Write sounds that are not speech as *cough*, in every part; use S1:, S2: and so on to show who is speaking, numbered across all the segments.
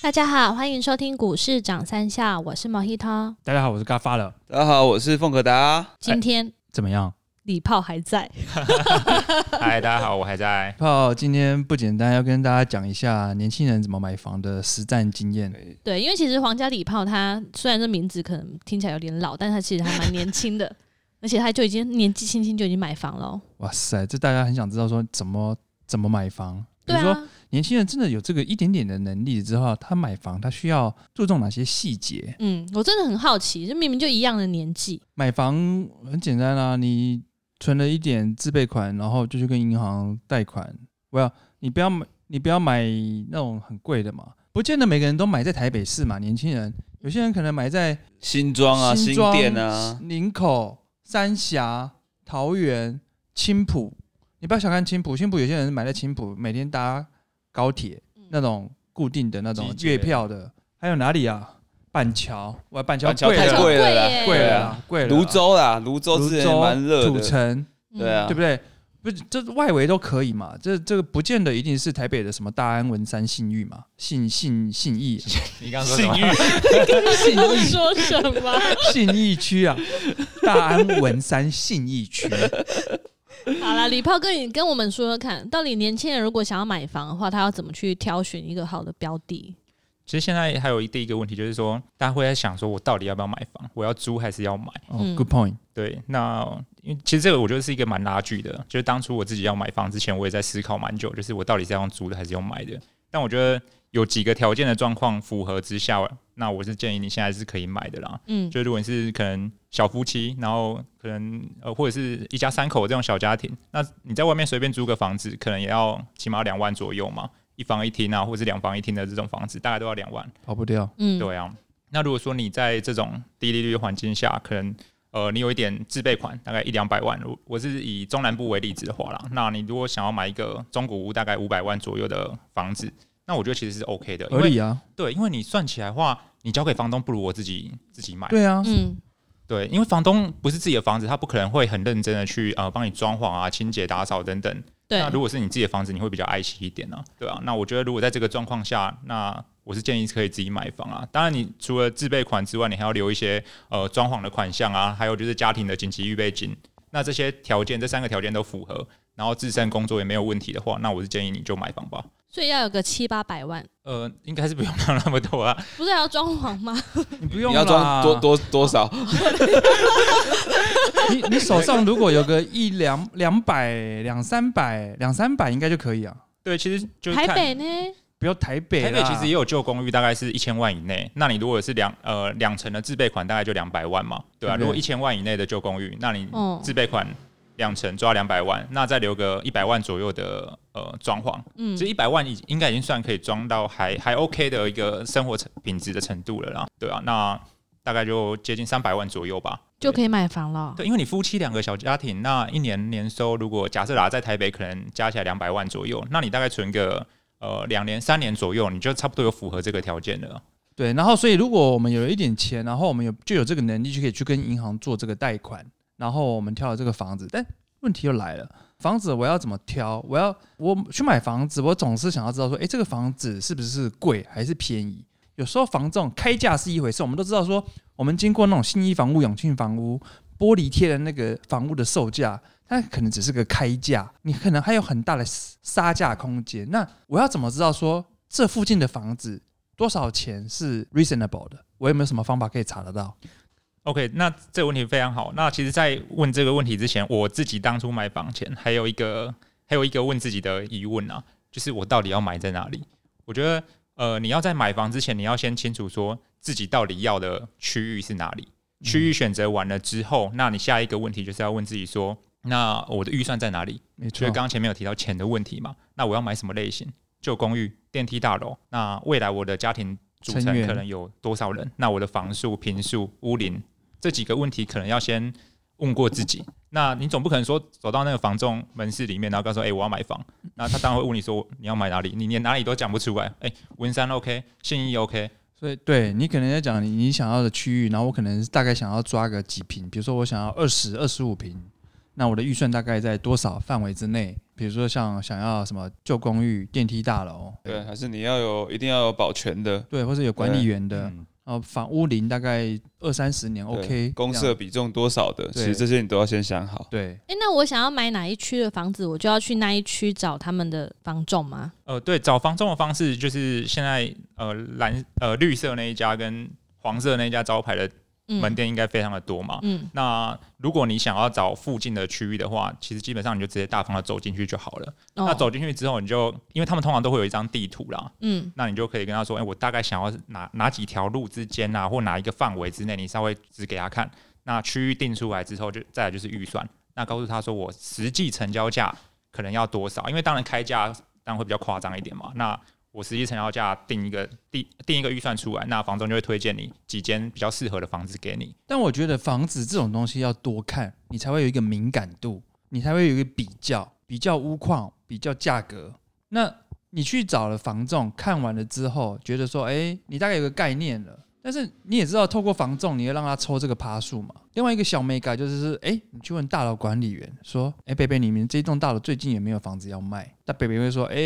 S1: 大家好，欢迎收听股市涨三下，我是 Mojito。
S2: 大家好，我是嘎发了，
S3: 大家好，我是凤可达。
S1: 今天
S2: 怎么样？
S1: 礼炮还在，
S4: *laughs* 嗨，大家好，我还在。
S2: 炮今天不简单，要跟大家讲一下年轻人怎么买房的实战经验。
S3: 对
S1: 对，因为其实皇家礼炮它虽然这名字可能听起来有点老，但它其实还蛮年轻的，而且它就已经年纪轻轻就已经买房了哦。
S2: 哇塞，这大家很想知道说怎么怎么买房。比
S1: 对
S2: 如说，
S1: 啊，
S2: 年轻人真的有这个一点点的能力之后，他买房他需要注重哪些细节？
S1: 嗯，我真的很好奇，这明明就一样的年纪，
S2: 买房很简单啊，你存了一点自备款，然后就去跟银行贷款。我要你不要买，你不要买那种很贵的嘛，不见得每个人都买在台北市嘛。年轻人，有些人可能买在
S3: 新庄啊，新
S2: 新庄
S3: 店啊，
S2: 林口、三峡、桃园、青浦，你不要小看青浦，青浦有些人买在青浦，每天搭高铁那
S1: 嗯
S2: 种固定的那种
S4: 季节
S2: 月票的，还有哪里啊？板桥，哇，板桥
S3: 板桥
S2: 贵
S3: 太
S2: 了，
S3: 贵了
S1: 贵耶
S3: 啦，
S2: 贵了
S3: 啦。
S2: 啦，贵了啦。
S3: 泸州啦，泸州
S2: 啊泸
S3: 之前也蛮热
S2: 土
S3: 的，
S2: 城，
S1: 嗯
S3: 对啊
S2: 对不对？不是，这外围都可以嘛，这这个不见得一定是台北的什么大安、文山、信义嘛，信信信义、
S3: *laughs*
S4: 你刚刚说什么？ *laughs*
S1: 你要说什么？ *laughs*
S2: *laughs* 信义区啊，大安、文山、信义区，
S1: 好啦，李炮哥，你跟我们说说看，到底年轻人如果想要买房的话，他要怎么去挑选一个好的标的？
S4: 其实现在还有一第一个问题就是说，大家会在想说，我到底要不要买房？我要租还是要买？
S2: 哦、
S1: 嗯
S2: g o o d point。
S4: 对，那因为其实这个我觉得是一个蛮拉锯的，就是当初我自己要买房之前，我也在思考蛮久，就是我到底是要用租的还是用买的。但我觉得有几个条件的状况符合之下，那我是建议你现在是可以买的啦。
S1: 嗯，
S4: 就如果你是可能小夫妻，然后可能呃或者是一家三口这种小家庭，那你在外面随便租个房子，可能也要起码两万左右嘛，一房一厅啊，或者是两房一厅的这种房子，大概都要两万。
S2: 跑不掉。
S1: 嗯，
S4: 对啊，那如果说你在这种低利率环境下，可能呃你有一点自备款，大概一两百万，我我是以中南部为例子的话啦，那你如果想要买一个中古屋，大概五百万左右的房子，那我觉得其实是 OK 的，因
S2: 合
S4: 为
S2: 理啊，
S4: 对，因为你算起来的话，你交给房东不如我自己自己
S3: 哎
S4: 买。
S2: 对啊，
S1: 嗯，
S4: 对，因为房东不是自己的房子，他不可能会很认真的去呃帮你装潢啊、清洁、打扫等等。
S1: 对，
S4: 那如果是你自己的房子，你会比较爱惜一点啊，对啊。那我觉得如果在这个状况下，那我是建议是可以自己买房啊。当然，你除了自备款之外，你还要留一些呃装潢的款项啊，还有就是家庭的紧急预备金。那这些条件，这三个条件都符合，然后自身工作也没有问题的话，那我是建议你就买房吧。
S1: 所以要有个七八百万，
S4: 呃，应该是不用 *laughs* 到那么多啊，
S1: 不是还要装潢吗？
S2: 你不用
S3: 你要装多多多少？
S2: 你你手上如果有个一两 *laughs* 两百、两三百、两三百，应该就可以啊。
S4: 对，其实 *laughs* 就是
S1: 台
S4: 看
S1: 北呢？
S2: 不要台北啦，
S4: 台北其实也有旧公寓，大概是一千万以内。那你如果是两呃两层的自备款，大概就两百万嘛，对吧、啊
S2: 对
S4: 如果一千万以内的旧公寓，那你
S1: 哦
S4: 自备款两层抓两百万，那再留个一百万左右的呃装潢，
S1: 嗯
S4: 这一百万已应该已经算可以装到还还 OK 的一个生活品质的程度了啦，对啊，那大概就接近三百万左右吧，
S1: 就可以买房了。
S4: 对，因为你夫妻两个小家庭，那一年年收如果假设啦，在台北可能加起来两百万左右，那你大概存个呃两年三年左右，你就差不多有符合这个条件了。
S2: 对。然后，所以如果我们有一点钱，然后我们有就有这个能力，就可以去跟银行做这个贷款，然后我们挑了这个房子。但问题又来了，房子我要怎么挑？我要我去买房子，我总是想要知道说，诶，这个房子是不是贵还是便宜？有时候房这种开价是一回事，我们都知道说，我们经过那种新一房屋、永庆房屋，玻璃贴的那个房屋的售价，它可能只是个开价，你可能还有很大的杀价空间。那我要怎么知道说这附近的房子多少钱是 reasonable 的？我有没有什么方法可以查得到？
S4: OK，那这个问题非常好。那其实，在问这个问题之前，我自己当初买房前，还有一个还有一个问自己的疑问啊，就是我到底要买在哪里？我觉得，呃，你要在买房之前，你要先清楚说自己到底要的区域是哪里。区域选择完了之后，那你下一个问题就是要问自己说，那我的预算在哪里？
S2: 没
S4: 所以刚刚前面有提到钱的问题嘛，那我要买什么类型？旧公寓、电梯大楼，那未来我的家庭组成
S2: 成员
S4: 可能有多少人？那我的房数、平数、屋龄这几个问题，可能要先问过自己。那你总不可能说走到那个房仲门市里面，然后告诉说：“哎、我要买房。”
S2: 嗯
S4: 那他当然会问你说：“你要买哪里？”你连哪里都讲不出来。哎、文山 OK，信义 OK，
S2: 所以对你可能在讲你你想要的区域，然后我可能大概想要抓个几平，比如说我想要二十二十五平，那我的预算大概在多少范围之内？比如说像想要什么旧公寓、电梯大楼，
S3: 对，还是你要有一定要有保全的
S2: 对，啊或者有管理员的，
S4: 嗯
S2: 然后房屋龄大概二三十年
S3: 对
S2: ，OK，
S3: 公
S2: 这
S3: 社
S2: 样
S3: 比重多少的，其
S2: 对
S3: 实这些你都要先想好。
S2: 对，
S1: 哎、那我想要买哪一区的房子，我就要去那一区找他们的房仲吗？
S4: 呃，对，找房仲的方式就是现在呃蓝呃绿色那一家跟黄色那一家招牌的
S1: 嗯，
S4: 门店应该非常的多嘛。
S1: 嗯，
S4: 那如果你想要找附近的区域的话，其实基本上你就直接大方的走进去就好了。
S1: 哦
S4: 那走进去之后，你就因为他们通常都会有一张地图啦，
S1: 嗯
S4: 那你就可以跟他说，哎、我大概想要哪哪几条路之间啊，或哪一个范围之内，你稍微指给他看。那区域定出来之后就，再来就是预算，那告诉他说我实际成交价可能要多少，因为当然开价当然会比较夸张一点嘛。那我实际成交价定一个定定一个预算出来，那房东就会推荐你几间比较适合的房子给你。
S2: 但我觉得房子这种东西要多看，你才会有一个敏感度，你才会有一个比较，比较屋况，比较价格。那你去找了房仲，看完了之后，觉得说，哎、你大概有个概念了。但是你也知道，透过房仲，你要让他抽这个趴数嘛。另外一个小美感就是是，哎、你去问大楼管理员说，哎、贝贝，你们这栋大楼最近有没有房子要卖？那贝贝会说，哎、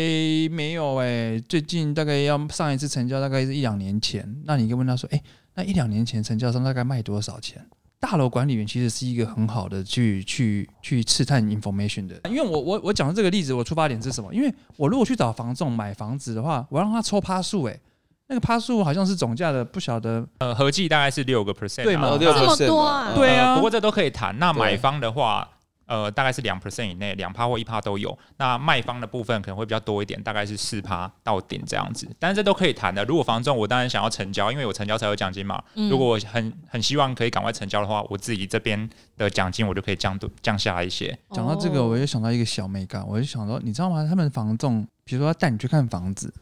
S2: 没有哎、最近大概要上一次成交大概是一两年前。那你可以问他说，哎、那一两年前成交商大概卖多少钱？大楼管理员其实是一个很好的去去去试探 information 的，因为我我我讲的这个例子，我出发点是什么？因为我如果去找房仲买房子的话，我要让他抽趴数，哎，那个趴数好像是总价的，不晓得
S4: 呃，合计大概是六个 percent，
S2: 对嘛
S3: 哦
S4: 嘛？
S3: 6%
S1: 这么多啊
S3: 嘛
S2: 对啊
S4: 不过这都可以谈。那
S3: 对
S4: 买方的话，呃，大概是两 percent 以内，两趴或一趴都有。那卖方的部分可能会比较多一点，大概是四趴到顶这样子。但是这都可以谈的。如果房仲我当然想要成交，因为我成交才有奖金嘛。
S1: 嗯，
S4: 如果我很很希望可以赶快成交的话，我自己这边的奖金我就可以降多降下来一些。
S2: 讲到这个，
S1: 哦
S2: 我就想到一个小美感，我就想说，你知道吗？他们房仲，比如说他带你去看房子，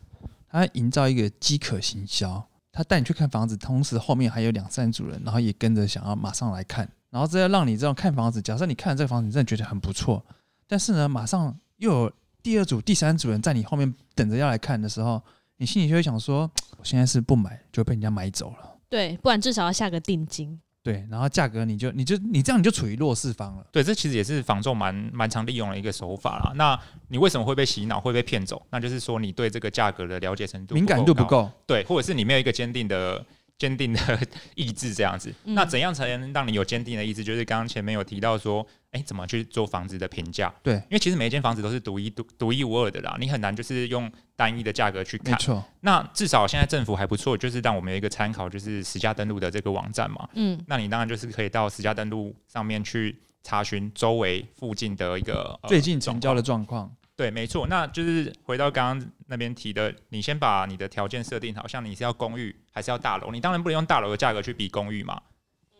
S2: 他营造一个饥渴行销，他带你去看房子，同时后面还有两三组人，然后也跟着想要马上来看，然后这要让你这样看房子。假设你看了这个房子，你真的觉得很不错，但是呢，马上又有第二组、第三组人在你后面等着要来看的时候，你心里就会想说，我现在是不买就被人家买走了。
S1: 对，不然至少要下个定金。
S2: 对，然后价格你就你就你这样你就处于弱势方了。
S4: 对，这其实也是房仲蛮蛮常利用的一个手法啦。那你为什么会被洗脑，会被骗走？那就是说你对这个价格的了解程度
S2: 敏感度不
S4: 高
S2: 够，
S4: 对，或者是你没有一个坚定的、 *laughs* 坚定的意志这样子。
S1: 嗯
S4: 那怎样才能让你有坚定的意志？就是刚刚前面有提到说，哎、怎么去做房子的评价？
S2: 对
S4: 因为其实每一间房子都是独一独独一无二的啦，你很难就是用单一的价格去
S2: 没
S4: 看。
S2: 错，
S4: 那至少现在政府还不错，就是让我们有一个参考，就是实价登录的这个网站嘛。
S1: 嗯，
S4: 那你当然就是可以到实价登录上面去查询周围附近的一个、呃
S2: 最近成
S4: 状
S2: 交
S4: 况
S2: 的状况。
S4: 对，没错，那就是回到刚刚那边提的，你先把你的条件设定好，像你是要公寓还是要大楼，你当然不能用大楼的价格去比公寓嘛。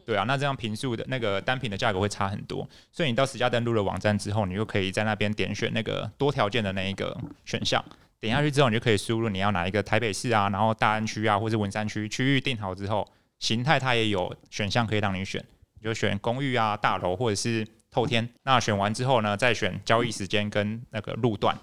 S4: 对啊，那这样平数的那个单品的价格会差很多，所以你到实价登录的网站之后，你就可以在那边点选那个多条件的那一个选项，点下去之后，你就可以输入你要哪一个台北市啊，然后大安区啊，或是文山区区域定好之后，形态它也有选项可以让你选，你就选公寓啊、大楼或者是透天。那选完之后呢，再选交易时间跟那个路段。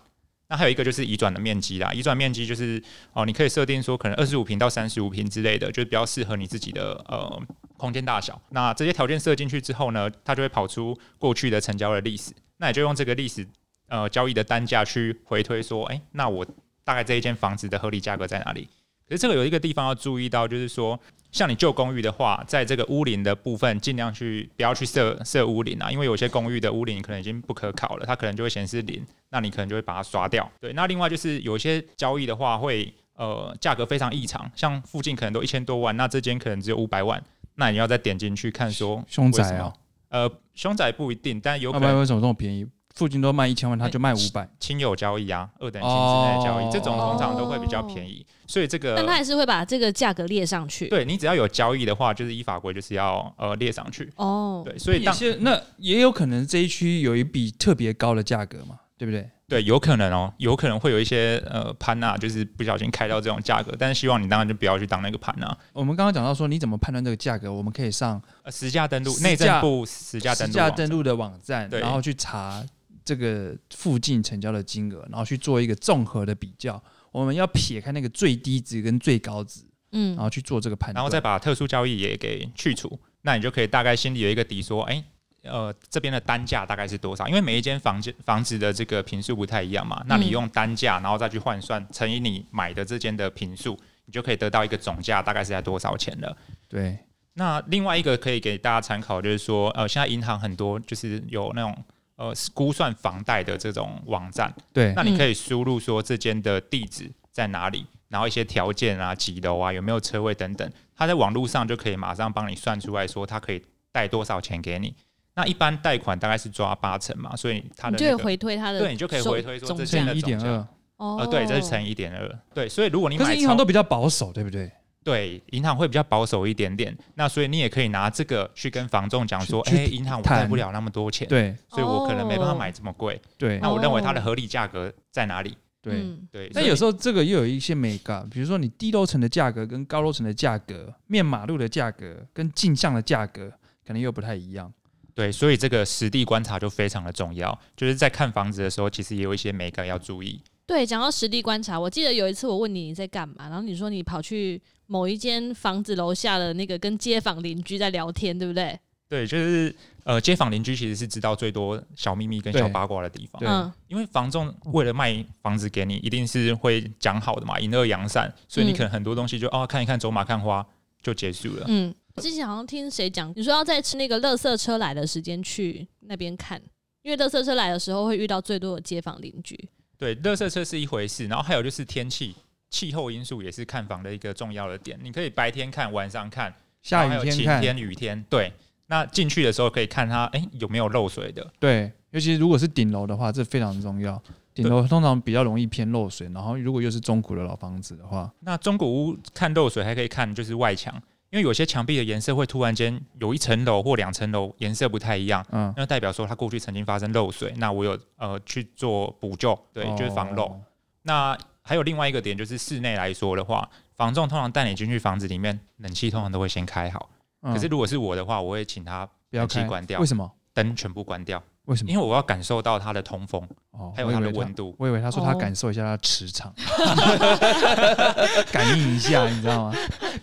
S4: 那还有一个就是移转的面积啦，移转面积就是哦，你可以设定说可能二十五平到三十五平之类的，就是比较适合你自己的呃空间大小。那这些条件设进去之后呢，它就会跑出过去的成交的历史，那你就用这个历史呃交易的单价去回推说，哎、那我大概这一间房子的合理价格在哪里？可是这个有一个地方要注意到，就是说像你旧公寓的话，在这个屋龄的部分，尽量去不要去设设屋龄啊，因为有些公寓的屋龄可能已经不可考了，它可能就会显示零，那你可能就会把它刷掉。对，那另外就是有一些交易的话会，呃价格非常异常，像附近可能都一千多万，那这间可能只有五百万，那你要再点进去看说
S2: 凶
S4: 为
S2: 宅
S4: 什么
S2: 哦，
S4: 呃，凶宅不一定，但有
S2: 要
S4: 可
S2: 不然
S4: 能哎
S2: 为什么这么便宜？附近都卖一千万，他就卖五百。
S4: 亲友交易啊，二等亲之类的交易，
S2: 哦
S4: 这种通常都会比较便宜，所以这个
S1: 哦但他还是会把这个价格列上去。，
S4: 呃对你只要有交易的话，就是依法规就是要呃列上去。
S1: 哦，
S4: 对，所以
S2: 有
S4: 当
S2: 些那也有可能这一区有一笔特别高的价格嘛，对不对？
S4: 对有可能哦，有可能会有一些呃盘啊，就是不小心开到这种价格，但是希望你当然就不要去当那个盘啊。
S2: 我们刚刚讲到说，你怎么判断这个价格？我们可以上
S4: 呃，实价登录
S2: 实价
S4: 内政部实价登
S2: 实
S4: 录啊
S2: 价
S4: 网
S2: 登
S4: 站，
S2: 录的网站，
S4: 对
S2: 然后去查这个附近成交的金额，然后去做一个综合的比较。我们要撇开那个最低值跟最高值，
S1: 嗯
S2: 然，后去做这个判断。
S4: 然后再把特殊交易也给去除，那你就可以大概心里有一个底，说哎。呃这边的单价大概是多少？因为每一间房间房子的这个平数不太一样嘛，那你用单价然后再去换算乘以你买的这间的平数，你就可以得到一个总价大概是在多少钱了。
S2: 对，
S4: 那另外一个可以给大家参考，就是说，呃，现在银行很多就是有那种呃估算房贷的这种网站，
S2: 对，
S4: 那你可以输入说这间的地址在哪里，然后一些条件啊、几楼啊、有没有车位等等，它在网络上就可以马上帮你算出来说它可以贷多少钱给你。那一般贷款大概是抓八成嘛，所以它
S1: 你
S4: 的、
S1: 就
S4: 那
S1: 会
S4: 个、
S1: 回推它的总，
S4: 对你就可以回推说这
S1: 总
S4: 间
S1: 价
S4: 的
S2: 乘一点二，
S1: 哦，
S4: 呃，对，这是乘一点二，对，所以如果你
S2: 可
S4: 买
S2: 是银行
S4: 超
S2: 都比较保守，对不对？
S4: 对，银行会比较保守一点点，那所以你也可以拿这个去跟房仲讲说，
S2: 去
S4: 哎，银行我贷不了那么多钱，
S2: 对
S4: 所以我可能没办法
S1: 哦
S4: 买这么贵。
S2: 对
S4: 那我认为它的合理价格在哪里？
S2: 对。
S1: 嗯
S4: 对，所
S2: 但
S4: 以
S2: 有时候这个又有一些美感，比如说你低楼层的价格跟高楼层的价格、面马路的价格跟镜像的价格，可能又不太一样。
S4: 对，所以这个实地观察就非常的重要，就是在看房子的时候，其实也有一些美感要注意。
S1: 对，讲到实地观察，我记得有一次我问你你在干嘛，然后你说你跑去某一间房子楼下的那个跟街坊邻居在聊天，对不对？
S4: 对，就是呃，街坊邻居其实是知道最多小秘密跟小
S2: 对
S4: 八卦的地方。
S2: 对
S1: 嗯，
S4: 因为房仲为了卖房子给你，一定是会讲好的嘛，引恶扬善，所以你
S1: 嗯
S4: 可能很多东西就、哦看一看，走马看花就结束了。
S1: 嗯，之前好像听谁讲，你说要在吃那个垃圾车来的时间去那边看，因为垃圾车来的时候会遇到最多的街坊邻居。
S4: 对，垃圾车是一回事，然后还有就是天气。气候因素也是看房的一个重要的点，你可以白天看，晚上看，然
S2: 下
S4: 后还有
S2: 雨天
S4: 晴
S2: 看，
S4: 天、雨天，对。那进去的时候可以看它，哎、有没有漏水的？
S2: 对，尤其如果是顶楼的话，这非常重要。顶楼通常比较容易偏漏水，然后如果又是中古的老房子的话，
S4: 那中古屋看漏水还可以看就是外墙，因为有些墙壁的颜色会突然间有一层楼或两层楼颜色不太一样，
S2: 嗯，
S4: 那代表说它过去曾经发生漏水，那我有呃去做补救，对，就是防漏。
S2: 哦。
S4: 那还有另外一个点就是室内来说的话，房仲通常带你进去房子里面，冷气通常都会先开好。
S2: 嗯
S4: 可是如果是我的话，我会请他
S2: 不要
S4: 冷气
S2: 开
S4: 关掉
S2: 为什么？
S4: 灯全部关掉，
S2: 为什么？
S4: 因为我要感受到它的通风，
S2: 哦，
S4: 还有
S2: 我以
S4: 它的
S2: 为
S4: 温度。
S2: 我以为他说他
S1: 哦
S2: 感受一下他的磁场， *laughs* 感应一下，你知道吗？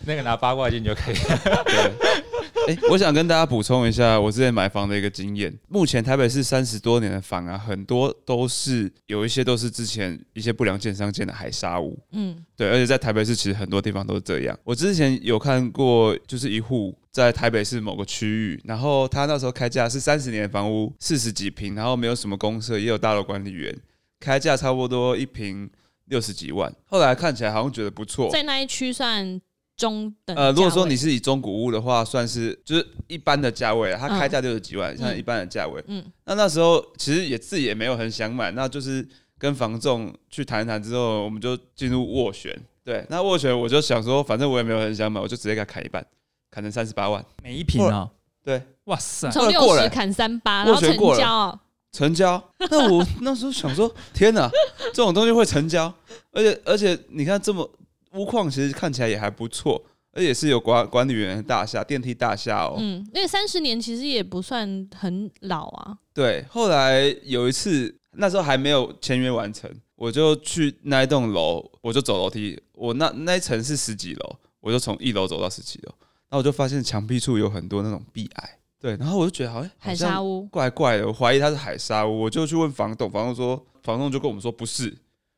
S4: 那个拿八卦镜就可以。
S3: 对，哎、我想跟大家补充一下我之前买房的一个经验。目前台北市三十多年的房啊，很多都是有一些都是之前一些不良建商建的海沙屋。
S1: 嗯，
S3: 对，而且在台北市其实很多地方都是这样。我之前有看过，就是一户在台北市某个区域，然后他那时候开价是三十年的房屋，四十几平，然后没有什么公社，也有大楼管理员，开价差不多一平六十几万。后来看起来好像觉得不错。
S1: 在那一区算中等价位。
S3: 呃，如果说你是以中古屋的话，算是就是一般的价位啊，
S1: 嗯
S3: 它开价六十几万，像
S1: 嗯
S3: 一般的价位。
S1: 嗯
S3: 那那时候其实也自己也没有很想买，那就是跟房仲去谈一谈之后，我们就进入斡旋。对，那斡旋我就想说，反正我也没有很想买，我就直接给他砍一半，砍成三十八万。
S2: 每一瓶啊，
S3: 对，
S2: 哇
S4: 嗯
S2: 塞，
S1: 从
S3: 呃过了
S1: 六
S3: 过了
S1: 十砍三八，然
S3: 过
S1: 后
S3: 全
S1: 成
S3: 过了
S1: 交哦。
S3: 成交。 *laughs* 那我那时候想说，天哪，这种东西会成交，而且而且你看这么屋况，其实看起来也还不错，而且是有管管理员的大厦、电梯大厦哦。
S1: 嗯，因为三十年其实也不算很老啊。
S3: 对，后来有一次，那时候还没有签约完成，我就去那一栋楼，我就走楼梯，我那那一层是十几楼，我就从一楼走到十几楼，然后我就发现墙壁处有很多那种壁癌，对，然后我就觉得好像
S1: 海
S3: 好
S1: 沙
S3: 像
S1: 屋，
S3: 怪怪的，我怀疑它是海沙屋，我就去问房东，房东说，房东就跟我们说不是，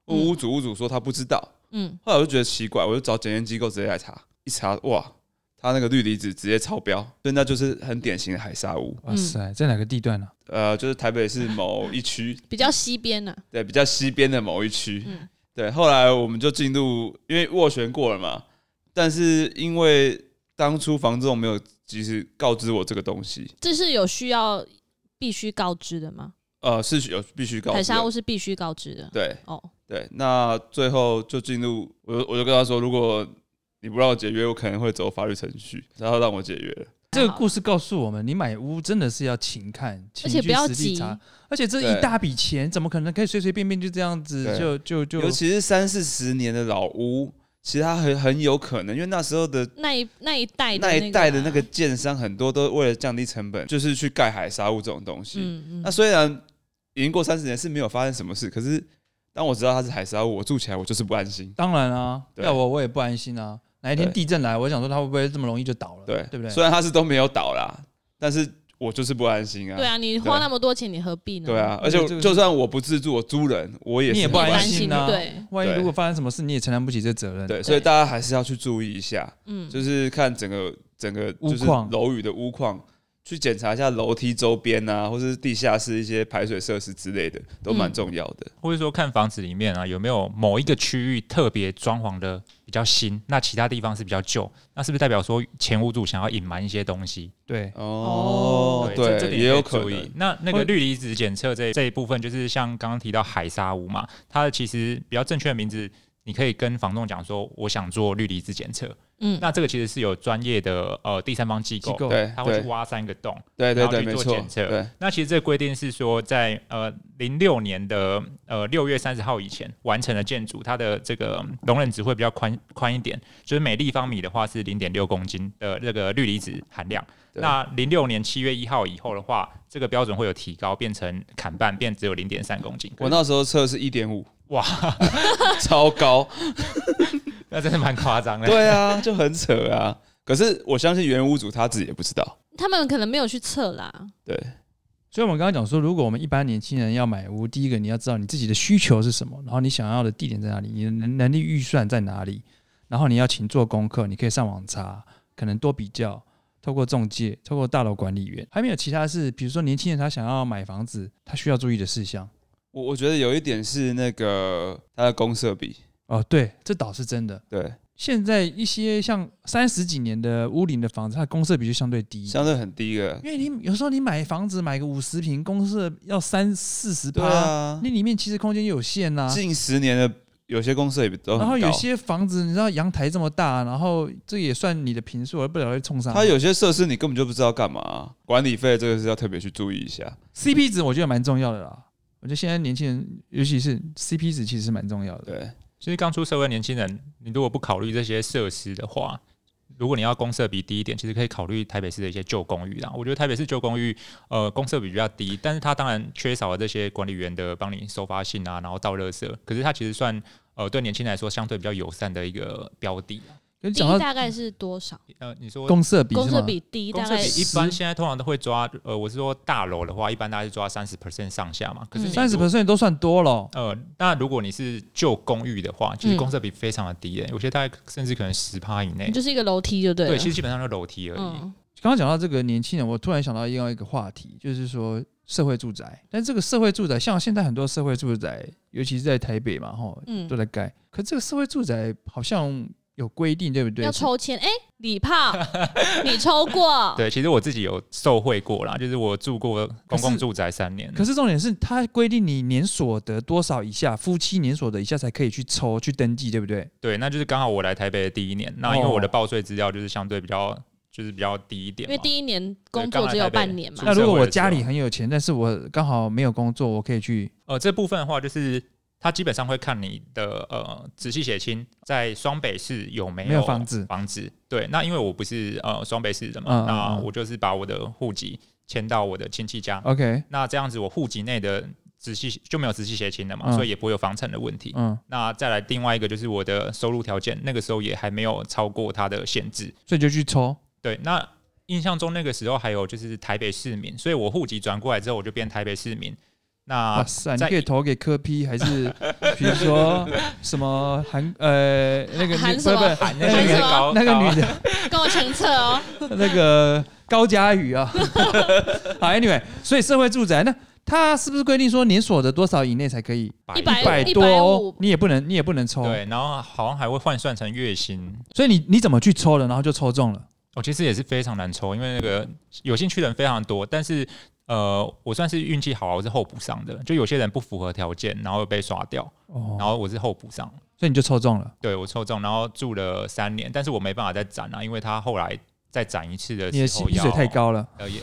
S3: 问
S1: 嗯
S3: 屋主屋主说他不知道，
S1: 嗯，
S3: 后来我就觉得奇怪，我就找检验机构直接来查，一查哇，它那个氯离子直接超标，所以那就是很典型的海沙屋。
S2: 哇塞，在哪个地段啊呢？
S3: 呃，就是台北市某一区，
S1: 比较西边啊呢、
S3: 对，比较西边的某一区。
S1: 嗯
S3: 对，后来我们就进入，因为斡旋过了嘛，但是因为当初房仲没有及时告知我这个东西，
S1: 这是有需要必须告知的吗？
S3: 呃，是有必须告
S1: 海
S3: 知
S1: 沙屋
S3: 的。
S1: 是必须告知的。
S3: 对
S1: 哦，
S3: 对，那最后就进入，我就我就跟他说，如果你不让我解约，我可能会走法律程序，然后让我解约了。
S2: 这个故事告诉我们，你买屋真的是要勤看，
S1: 而
S2: 勤
S1: 且
S2: 去
S1: 不要
S2: 实地
S1: 急，
S2: 查，而且这
S3: 对
S2: 一大笔钱，怎么可能可以随随便便就这样子
S3: 对
S2: 就就就
S3: 尤其是三四十年的老屋，其实它很很有可能，因为那时候的
S1: 那一那啊嗯一代的
S3: 那一代的那
S1: 嘛
S3: 个，建商很多都为了降低成本，就是去盖海沙屋这种东西。
S1: 嗯
S3: 那
S1: 嗯，
S3: 虽然已经过三十年是没有发生什么事，可是当我知道它是海沙屋，我住起来我就是不安心。
S2: 当然啊，
S3: 对
S2: 要我我也不安心啊。哪一天
S3: 对
S2: 地震来，我想说它会不会这么容易就倒了？
S3: 对，
S2: 对不对？
S3: 虽然它是都没有倒啦，但是我就是不安心啊。
S1: 对啊，你
S3: 对
S1: 花
S3: 啊
S1: 那么多钱，你何必呢？
S3: 对啊，而
S2: 而且
S3: 且
S2: 嗯这个
S3: 就算我不自住，我租人，我也
S2: 你
S3: 是
S2: 也
S1: 你
S2: 不
S1: 也
S2: 安
S1: 安
S2: 心
S1: 心
S2: 啊
S1: 对，
S2: 万一
S3: 对
S2: 如果发生什么事，你也承担不起这责任。
S3: 对，所以大家还是要去注意一下，
S1: 嗯，
S3: 就是看整个整个
S2: 屋
S3: 就是
S2: 况
S3: 楼宇的屋况，去检查一下楼梯周边啊，或是地下室一些排水设施之类的，都蛮
S1: 嗯
S3: 重要的。
S4: 或者说看房子里面啊有没有某一个区域特别装潢的比较新，那其他地方是比较旧，那是不是代表说前屋主想要隐瞒一些东西？
S2: 对，
S1: 哦
S4: 这
S3: 对，
S4: 这点
S3: 也
S4: 可
S3: 有
S4: 以
S3: 可
S4: 注
S3: 能
S4: 意。。那那
S2: 或
S4: 个氯离子检测这这一部分，就是像刚刚提到海沙屋嘛，它其实比较正确的名字，你可以跟房东讲说，我想做氯离子检测。
S1: 嗯，
S4: 那这个其实是有专业的呃第三方机
S2: 机
S4: 构，
S2: 构
S3: 对
S4: 他会去
S3: 对
S4: 挖三个洞。
S3: 对对
S4: 然后
S3: 对，
S4: 去
S3: 没
S4: 做
S3: 错
S4: 检，测
S3: 对
S4: 那其实这个规定是说在，呃零六年的呃六月三十号以前完成的建筑，它的这个容忍值会比较宽宽一点，就是每立方米的话是零点六公斤的这个氯离子含量。
S3: 对
S4: 那零六年七月一号以后的话，这个标准会有提高，变成砍半，变只有零点三公斤。
S3: 我那时候测是一点五，
S4: 哇，
S3: *laughs* 超高。
S4: 那真的蛮夸张
S3: *laughs*
S4: 的。
S3: 对啊，就很扯啊。可是我相信原屋主他自己也不知道，
S1: 他们可能没有去测啦，
S3: 对
S2: 所以我们刚刚讲说，如果我们一般年轻人要买屋，第一个你要知道你自己的需求是什么，然后你想要的地点在哪里，你的能能力预算在哪里，然后你要勤做功课，你可以上网查，可能多比较，透过中介，透过大楼管理员，还没有其他是，比如说年轻人他想要买房子，他需要注意的事项。
S3: 我我觉得有一点是那个他的公设比，
S2: 哦，对，这倒是真的。
S3: 对，
S2: 现在一些像三十几年的屋龄的房子，它的公设比就相对低，
S3: 相对很低的。
S2: 因为你有时候你买房子买个五十平，公设要三四十
S3: 对
S2: 趴，
S3: 啊
S2: 那，里面其实空间有限啊呐、
S3: 近十年的有些公设比都很
S2: 然后
S3: 高，
S2: 有些房子，你知道阳台这么大，然后这也算你的平数，而不了会冲上。
S3: 他有些设施你根本就不知道干嘛啊、管理费这个是要特别去注意一下。
S2: CP 值，我觉得蛮重要的啦。我觉得现在年轻人，尤其是 CP 值，其实是蛮重要的。
S3: 对，
S4: 其实刚出社会的年轻人，你如果不考虑这些设施的话，如果你要公设比低一点，其实可以考虑台北市的一些旧公寓啦。我觉得台北市旧公寓，呃，公设比比较低，但是它当然缺少了这些管理员的帮你收发信啊，然后倒垃圾。可是它其实算呃对年轻人来说相对比较友善的一个标的。啊
S2: 跟你
S1: 低
S2: 讲到
S1: 大概是多少？
S4: 呃，你说
S2: 公设比
S1: 公
S2: 是
S1: 设
S2: 吗？
S1: 比低
S4: 公
S1: 大
S4: 设
S1: 概
S4: 比一
S2: 是
S4: 般现在通常都会抓，呃，我是说大楼的话，一般大概是抓三十 percent 上下嘛。可是
S1: 嗯
S4: 你
S2: 三十
S4: 如果
S2: percent 都算多了。
S4: 呃，那如果你是旧公寓的话，其实
S1: 嗯
S4: 公设比非常的低、欸，有些大概甚至可能十趴以内。
S1: 就是一个楼梯就对了。
S4: 对，其实基本上就楼梯而已。
S1: 嗯，
S2: 刚刚讲到这个年轻人，我突然想到另外一个话题，就是说社会住宅。但这个社会住宅，像现在很多社会住宅，尤其是在台北嘛，哈，
S1: 嗯
S2: 都在盖。可这个社会住宅好像有规定，对不对？
S1: 要抽签，哎、礼炮，你抽过？
S4: 对，其实我自己有受惠过啦，就是我住过公
S2: 可
S4: 共
S2: 是
S4: 住宅三年。
S2: 可是重点是，它规定你年所得多少以下，夫妻年所得以下才可以去抽去登记，对不对？
S4: 对，那就是刚好我来台北的第一年，那因为
S2: 哦
S4: 我的报税资料就是相对比较，就是比较低一点
S1: 因
S4: 嘛。
S1: 为第一年
S4: 对
S1: 工
S4: 刚
S1: 作
S4: 来
S1: 只有
S4: 台北
S1: 半年嘛
S4: 出。
S2: 那
S4: 社
S2: 如果
S4: 会
S2: 我
S4: 的
S2: 家
S4: 时候
S2: 里很有钱，但是我刚好没有工作，我可以去
S4: 呃，这部分的话，就是它基本上会看你的呃仔细写清在双北市有没有
S2: 没有房子
S4: 房子对，那因为我不是呃双北市的嘛，
S2: 嗯嗯
S4: 那
S2: 嗯
S4: 我就是把我的户籍迁到我的亲戚家，
S2: OK，
S4: 那这样子我户籍内的仔细就没有仔细写清了嘛，
S2: 嗯
S4: 所以也不会有房产的问题。
S2: 嗯，
S4: 那再来另外一个就是我的收入条件，那个时候也还没有超过它的限制。
S2: 所以就去抽。
S4: 对，那印象中那个时候还有就是台北市民，所以我户籍转过来之后，我就变台北市民。
S2: 哇
S4: 那
S2: 塞，你
S4: 啊在
S2: 可以投给柯批，还是比如说什么韩呃那个
S1: 韩
S2: 女
S1: 什么
S2: 不是不
S4: 喊
S2: 是
S4: 那
S1: 喊
S4: 个
S1: 什么
S4: 高
S2: 那个
S4: 高
S2: 女的
S1: 跟我成测哦，
S2: *laughs* 那个高佳宇啊。 *laughs* 好，anyway，所以社会住宅那。它是不是规定说年所得多少以内才可以？
S1: 一
S2: 一
S1: 百
S2: 百
S1: 哎一
S2: 多哦
S1: 五，，
S2: 你也不能，你也不能抽。
S4: 对，然后好像还会换算成月薪。
S2: 所以你你怎么去抽的，然后就抽中了？
S4: 哦，其实也是非常难抽，因为那个有兴趣的人非常多，但是呃，我算是运气好啊，我是候补上的。就有些人不符合条件，然后被刷掉，
S2: 哦，
S4: 然后我是候补上。
S2: 所以你就抽中了。
S4: 对我抽中，然后住了三年，但是我没办法再展啊，因为他后来再展一次的
S2: 你的
S4: 时
S2: 薪
S4: 候要
S2: 水太，高了，
S4: 呃，也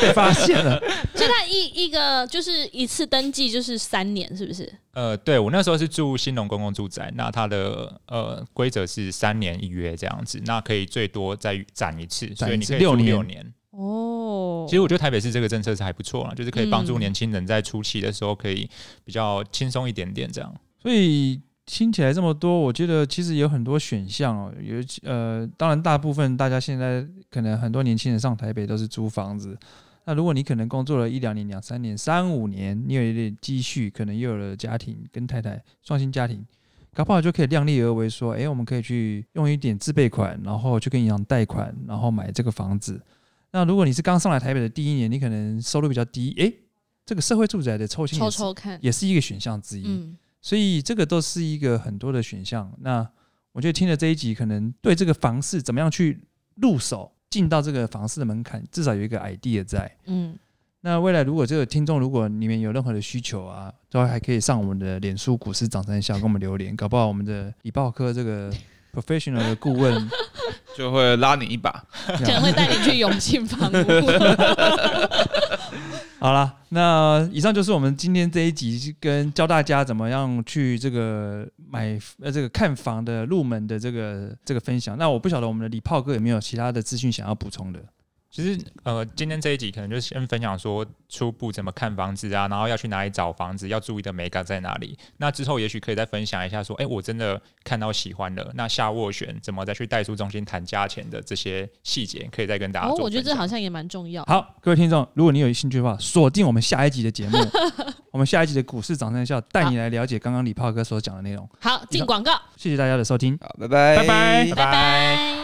S2: 被发现了。
S1: *laughs* 所以它一一个就是一次登记就是三年，是不是？
S4: 呃，对我那时候是住新隆公共住宅，那它的呃规则是三年一约这样子，那可以最多再展一次，所以你可以
S2: 六
S4: 住
S2: 年
S4: 六年。
S1: 哦，
S4: 其实我觉得台北市这个政策是还不错啦，就是可以帮助
S1: 嗯
S4: 年轻人在初期的时候可以比较轻松一点点这样。
S2: 所以听起来这么多，我觉得其实有很多选项哦。有呃，当然大部分大家现在可能很多年轻人上台北都是租房子。那如果你可能工作了一两年、两三年、三五年，你有一点积蓄，可能又有了家庭，跟太太双薪家庭，搞不好就可以量力而为，说，诶，我们可以去用一点自备款，然后去跟银行贷款，然后买这个房子。那如果你是刚上来台北的第一年，你可能收入比较低，诶，这个社会住宅的抽签
S1: 抽
S2: 也是
S1: 抽看，
S2: 也是一个选项之一。
S1: 嗯，
S2: 所以这个都是一个很多的选项。那我觉得听了这一集，可能对这个房市怎么样去入手，进到这个房市的门槛，至少有一个 idea 在。
S1: 嗯，
S2: 那未来如果这个听众如果你们有任何的需求啊，都还可以上我们的脸书股市涨三笑跟我们留言，搞不好我们的李报科这个 professional 的顾问
S3: 就会拉你一把。
S2: 啊
S1: 可能会带你去永庆房
S2: *laughs*
S1: 屋。
S2: 好啦，那以上就是我们今天这一集跟教大家怎么样去这个买呃这个看房的入门的这个这个分享。那我不晓得我们的李炮哥有没有其他的资讯想要补充的？
S4: 其实呃，今天这一集可能就先分享说初步怎么看房子啊，然后要去哪里找房子，要注意的美感在哪里。那之后也许可以再分享一下说，哎、我真的看到喜欢了，那下斡旋怎么再去代书中心谈价钱的这些细节，可以再跟大家
S1: 哦
S4: 做分享。，
S1: 我觉得这好像也蛮重要。
S2: 好，各位听众，如果你有兴趣的话，锁定我们下一集的节目，我们下一集的股市涨三笑带你来了解刚刚李炮哥所讲的内容。
S1: 好，进广告，
S2: 谢谢大家的收听。
S3: 好，拜拜，
S4: 拜拜
S1: 拜拜。